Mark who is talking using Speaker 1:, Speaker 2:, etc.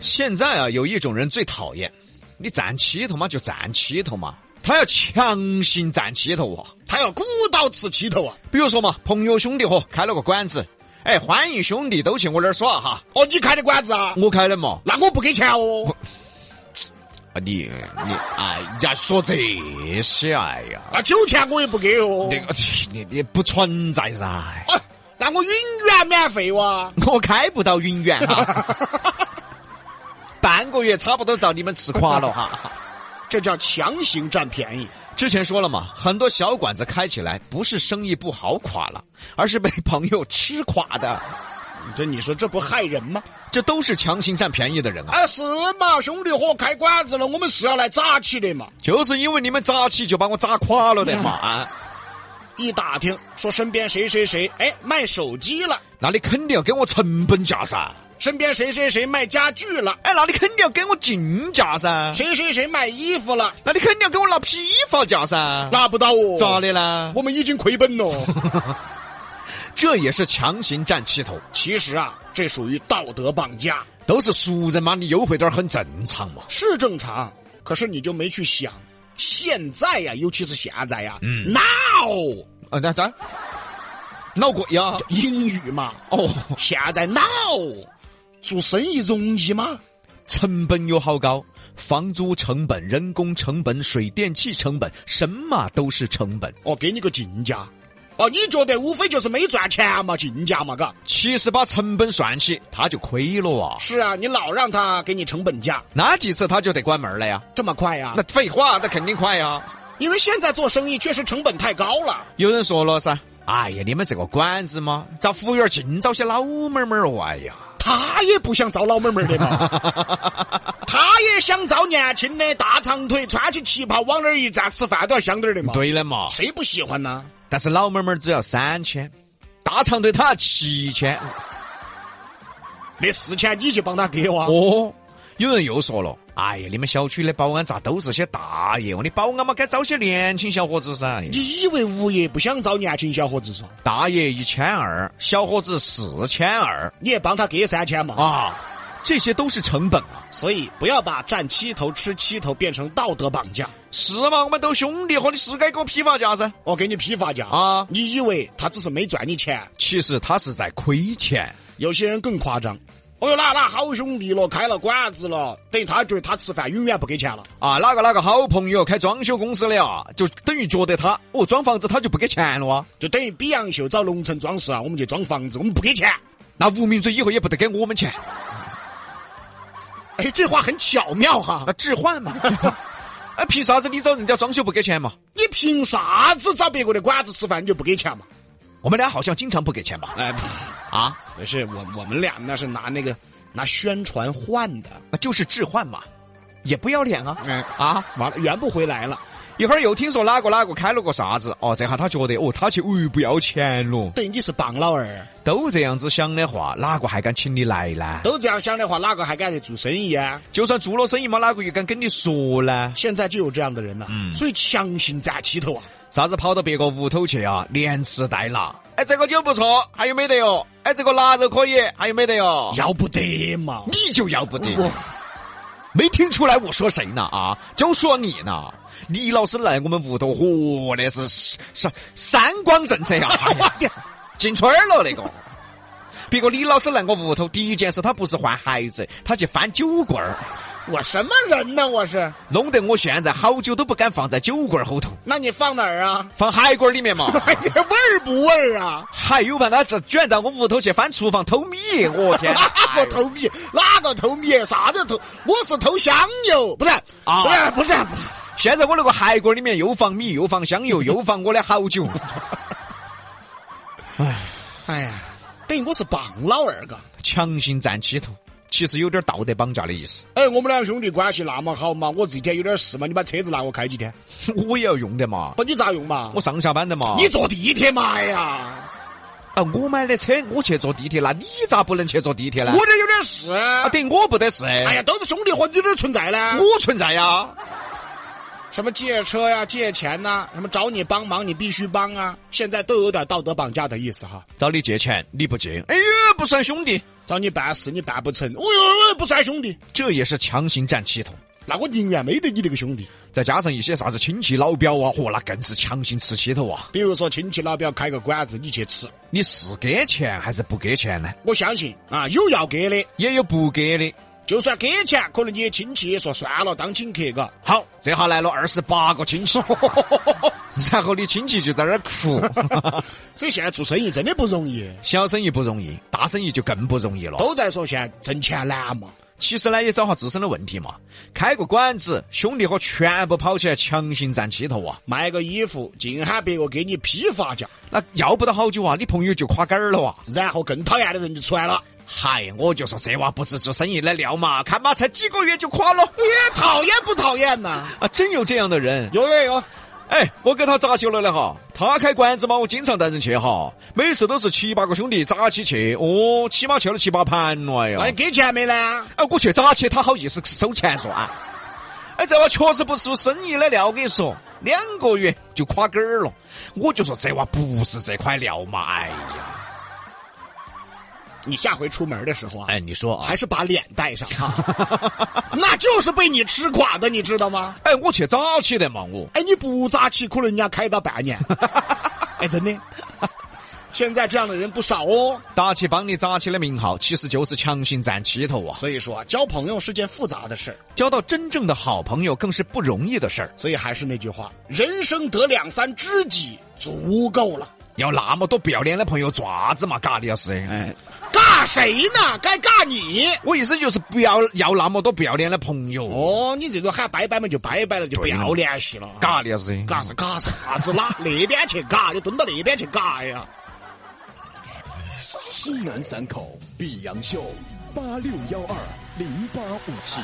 Speaker 1: 现在啊，有一种人最讨厌，你站起头嘛就站起头嘛，他要强行站起头啊。
Speaker 2: 他要鼓捣吃起头啊！
Speaker 1: 比如说嘛，朋友兄弟伙开了个馆子，哎，欢迎兄弟都去我那儿耍哈，
Speaker 2: 哦，你开的馆子啊？
Speaker 1: 我开的嘛。
Speaker 2: 那我不给钱哦。
Speaker 1: 啊你你哎呀，说这些哎呀，
Speaker 2: 那啊酒钱我也不给哦。
Speaker 1: 那个你你不存在噻，
Speaker 2: 啊，那我永远免费哇！
Speaker 1: 我开不到云远哈，半个月差不多遭你们吃垮了哈。
Speaker 2: 这叫强行占便宜。
Speaker 1: 之前说了嘛，很多小馆子开起来不是生意不好垮了，而是被朋友吃垮的，
Speaker 2: 这你说这不害人吗？
Speaker 1: 这都是强行占便宜的人啊！
Speaker 2: 啊，是嘛，兄弟伙开馆子了，我们是要来扎起的嘛。
Speaker 1: 就是因为你们扎起就把我扎垮了的嘛。啊
Speaker 2: 一打听说身边谁谁谁，哎，卖手机了；
Speaker 1: 那你肯定要给我成本价噻，
Speaker 2: 身边谁谁谁卖家具了，
Speaker 1: 哎，那你肯定要给我进价噻，
Speaker 2: 谁谁谁卖衣服了，
Speaker 1: 那你肯定要给我拿批发价噻，
Speaker 2: 拿不到哦。
Speaker 1: 咋？的呢？
Speaker 2: 我们已经亏本了。
Speaker 1: 这也是强行占气头，
Speaker 2: 其实啊，这属于道德绑架，
Speaker 1: 都是熟人嘛，你优惠点儿很正常嘛。
Speaker 2: 是正常。可是你就没去想，现在呀、尤其是现在呀、
Speaker 1: 嗯
Speaker 2: 闹
Speaker 1: 啊，那咱闹鬼呀？
Speaker 2: 英语嘛，
Speaker 1: 哦，
Speaker 2: 现在闹，做生意容易吗？
Speaker 1: 成本有好高，房租成本、人工成本、水电气成本，什么都是成本。
Speaker 2: 哦，给你个进价。哦，你觉得无非就是没赚钱嘛，进价嘛，嘎。
Speaker 1: 其实把成本算起，他就亏了啊。
Speaker 2: 是啊，你老让他给你成本价，
Speaker 1: 哪几次他就得关门了呀？
Speaker 2: 这么快呀、
Speaker 1: 那废话，那肯定快呀。
Speaker 2: 因为现在做生意确实成本太高了。
Speaker 1: 有人说了噻，哎呀，你们这个馆子嘛，咋服务员尽找些老妹妹儿哦？哎呀，
Speaker 2: 他也不想招老妹妹的 嘛，他也想招年轻的大长腿，穿起旗袍往那儿一站，吃饭都要香点儿的嘛。，
Speaker 1: 对的嘛。
Speaker 2: 谁不喜欢呢？
Speaker 1: 但是老妹妹儿只要三千，大长腿她要七千。
Speaker 2: 那四千你去帮他给哇、
Speaker 1: 哦，有人又说了，哎呀，你们小区的保安咋都是些大爷哦？你保安嘛该招些年轻小伙子噻。
Speaker 2: 你以为物业不想招年轻小伙子嗦？
Speaker 1: 大爷一千二，小伙子四千二
Speaker 2: 你也帮他给三千嘛。
Speaker 1: 啊，这些都是成本啊。
Speaker 2: 所以不要把占七头吃七头变成道德绑架。
Speaker 1: 是嘛？我们都兄弟伙，你是该给我批发价噻。
Speaker 2: 我给你批发价
Speaker 1: 啊
Speaker 2: 你以为他只是没赚你钱？
Speaker 1: 其实他是在亏钱。
Speaker 2: 有些人更夸张。哦哟，那那好兄弟了，开了馆子了，等于他觉得他吃饭永远不给钱了。
Speaker 1: 啊，哪个哪个好朋友开装修公司的啊，就等于觉得他哦装房子他就不给钱了啊，
Speaker 2: 就等于比洋秀找龙城装饰啊，我们就装房子，我们不给钱。
Speaker 1: 那无名嘴以后也不得给我们钱，
Speaker 2: 哎，这话很巧 妙哈
Speaker 1: 啊，！置换嘛。啊，凭啥子你找人家装修不给钱嘛？
Speaker 2: 你凭啥子找别个的馆子吃饭你就不给钱嘛？
Speaker 1: 我们俩好像经常不给钱吧？
Speaker 2: 哎，
Speaker 1: 啊，
Speaker 2: 不是我，我们俩那是拿那个拿宣传换的，
Speaker 1: 那啊就是置换嘛，也不要脸啊！
Speaker 2: 哎，
Speaker 1: 啊，
Speaker 2: 完了圆不回来了，
Speaker 1: 一会儿又听说哪个哪个开了个啥子，哦，这下他觉得哦，他去哦不要钱了，
Speaker 2: 等于你是傍老二。
Speaker 1: 都这样子想的话，哪个还敢请你来呢？
Speaker 2: 都这样想的话，哪个还敢去做生意啊？
Speaker 1: 就算做了生意嘛，哪个又敢跟你说呢？
Speaker 2: 现在就有这样的人呐、所以强行占起头啊！
Speaker 1: 啥子跑到别个屋头去啊，连吃带拿。哎，这个酒不错，还有没得哟？哎，这个腊肉可以，还有没得哟？
Speaker 2: 要不得嘛！
Speaker 1: 你就要不得，
Speaker 2: 我
Speaker 1: 没听出来我说谁呢？啊，就说你呢。李老师来我们屋头，嚯，那是三三光政策 啊！哎呀进村儿了那个。别个李老师来我屋头，第一件事他不是换鞋子，他去翻酒罐儿，
Speaker 2: 我什么人呢？我是？
Speaker 1: 弄得我现在好久都不敢放在酒罐儿后头，
Speaker 2: 那你放哪儿啊？
Speaker 1: 放海罐儿里面嘛。
Speaker 2: 哎呀，味儿不味儿啊？！
Speaker 1: 还有办他这居然到我屋头去翻厨房偷米，我天
Speaker 2: 我偷米，哪个偷米？啥子偷？我是偷香油，不是？
Speaker 1: 啊
Speaker 2: 不是，不是，不是。
Speaker 1: 现在我那个海锅里面又放米，又放香油，又放我的好酒，
Speaker 2: 哎呀，等于我是傍老二个。
Speaker 1: 强行占鸡头，其实有点道德绑架的意思。
Speaker 2: 哎，我们两兄弟关系那么好嘛，我这几天有点事嘛，你把车子拿我开几天，
Speaker 1: 我也要用的嘛，
Speaker 2: 不你咋用嘛？
Speaker 1: 我上下班的嘛。
Speaker 2: 你坐地铁嘛？哎呀，
Speaker 1: 啊，我买的车，我去坐地铁那你咋不能去坐地铁呢？
Speaker 2: 我这有点事。
Speaker 1: 啊，等于我不得事。
Speaker 2: 哎
Speaker 1: 哎
Speaker 2: 呀，，都是兄弟伙，你这存在呢？
Speaker 1: 我存在啊呀。
Speaker 2: 什么借车呀、借钱呐、什么找你帮忙，你必须帮啊！现在都有点道德绑架的意思哈。
Speaker 1: 找你借钱你不借，哎呀，不算兄弟。
Speaker 2: 找你办事你办不成，哦哟，不算兄弟，
Speaker 1: 这也是强行占气头。
Speaker 2: 那我宁愿没得你这个兄弟。
Speaker 1: 再加上一些啥子亲戚老表啊，嚯，那更是强行吃气头啊！
Speaker 2: 比如说亲戚老表开个馆子，你去吃，
Speaker 1: 你是给钱还是不给钱呢？
Speaker 2: 我相信啊，有要给的，
Speaker 1: 也有不给的。
Speaker 2: 就算给钱，可能你的亲戚也说算了，当请客嘎。
Speaker 1: 好，这下来了二十八个 亲戚，然后你亲戚就在那儿哭。
Speaker 2: 所以现在做生意真的不容易，
Speaker 1: 小生意不容易，大生意就更不容易了。
Speaker 2: 都在说现在挣钱难嘛。
Speaker 1: 其实呢，也找下自身的问题嘛。开个馆子，兄弟伙全部跑起来强行占气头啊！
Speaker 2: 卖个衣服，尽喊别个给你批发价，
Speaker 1: 那要不到好久啊，你朋友就垮杆儿了啊！
Speaker 2: 然后更讨厌的人就出来了，
Speaker 1: 嗨，我就说这娃不是做生意的料嘛，看嘛，才几个月就垮了
Speaker 2: 也讨厌不讨厌呐？
Speaker 1: 啊！真有这样的人，
Speaker 2: 有有有，
Speaker 1: 哎，我给他扎起了的哈。他开馆子嘛，我经常带人去哈，每次都是七八个兄弟扎起去，哦，起码去了七八盘了哎
Speaker 2: 那你
Speaker 1: 呀。
Speaker 2: 给钱没呢？
Speaker 1: 哎，我去扎起，他好意思收钱说啊？哎，这娃确实不是做生意的料，我跟你说，两个月就垮根儿了。我就说这娃不是这块料嘛，哎呀，
Speaker 2: 你下回出门的时候啊，
Speaker 1: 哎，你说啊
Speaker 2: 还，是把脸带上啊，那就是被你吃垮的，你知道吗？
Speaker 1: 哎，我去扎起的嘛，我。
Speaker 2: 哎，你不扎起，可能人家开到半年。哎，真的，现在这样的人不少哦。
Speaker 1: 打起帮你扎起的名号，其实就是强行占气头啊！
Speaker 2: 所以说啊，交朋友是件复杂的事儿。
Speaker 1: 交到真正的好朋友更是不容易的事儿，
Speaker 2: 所以还是那句话，人生得两三知己足够了。
Speaker 1: 要那么多不要脸的朋友做啥子嘛？嘎的要是，哎，
Speaker 2: 尬谁呢？该尬你。
Speaker 1: 我意思就是不要要那么多不要脸的朋友，
Speaker 2: 哦，你这个喊拜拜嘛，就拜拜了，就不要联系了。
Speaker 1: 嘎的要是，
Speaker 2: 尬是尬啥子啦？那边去尬，你蹲到那边去尬呀。
Speaker 3: 西南三口碧阳秀，八六幺二零八五七。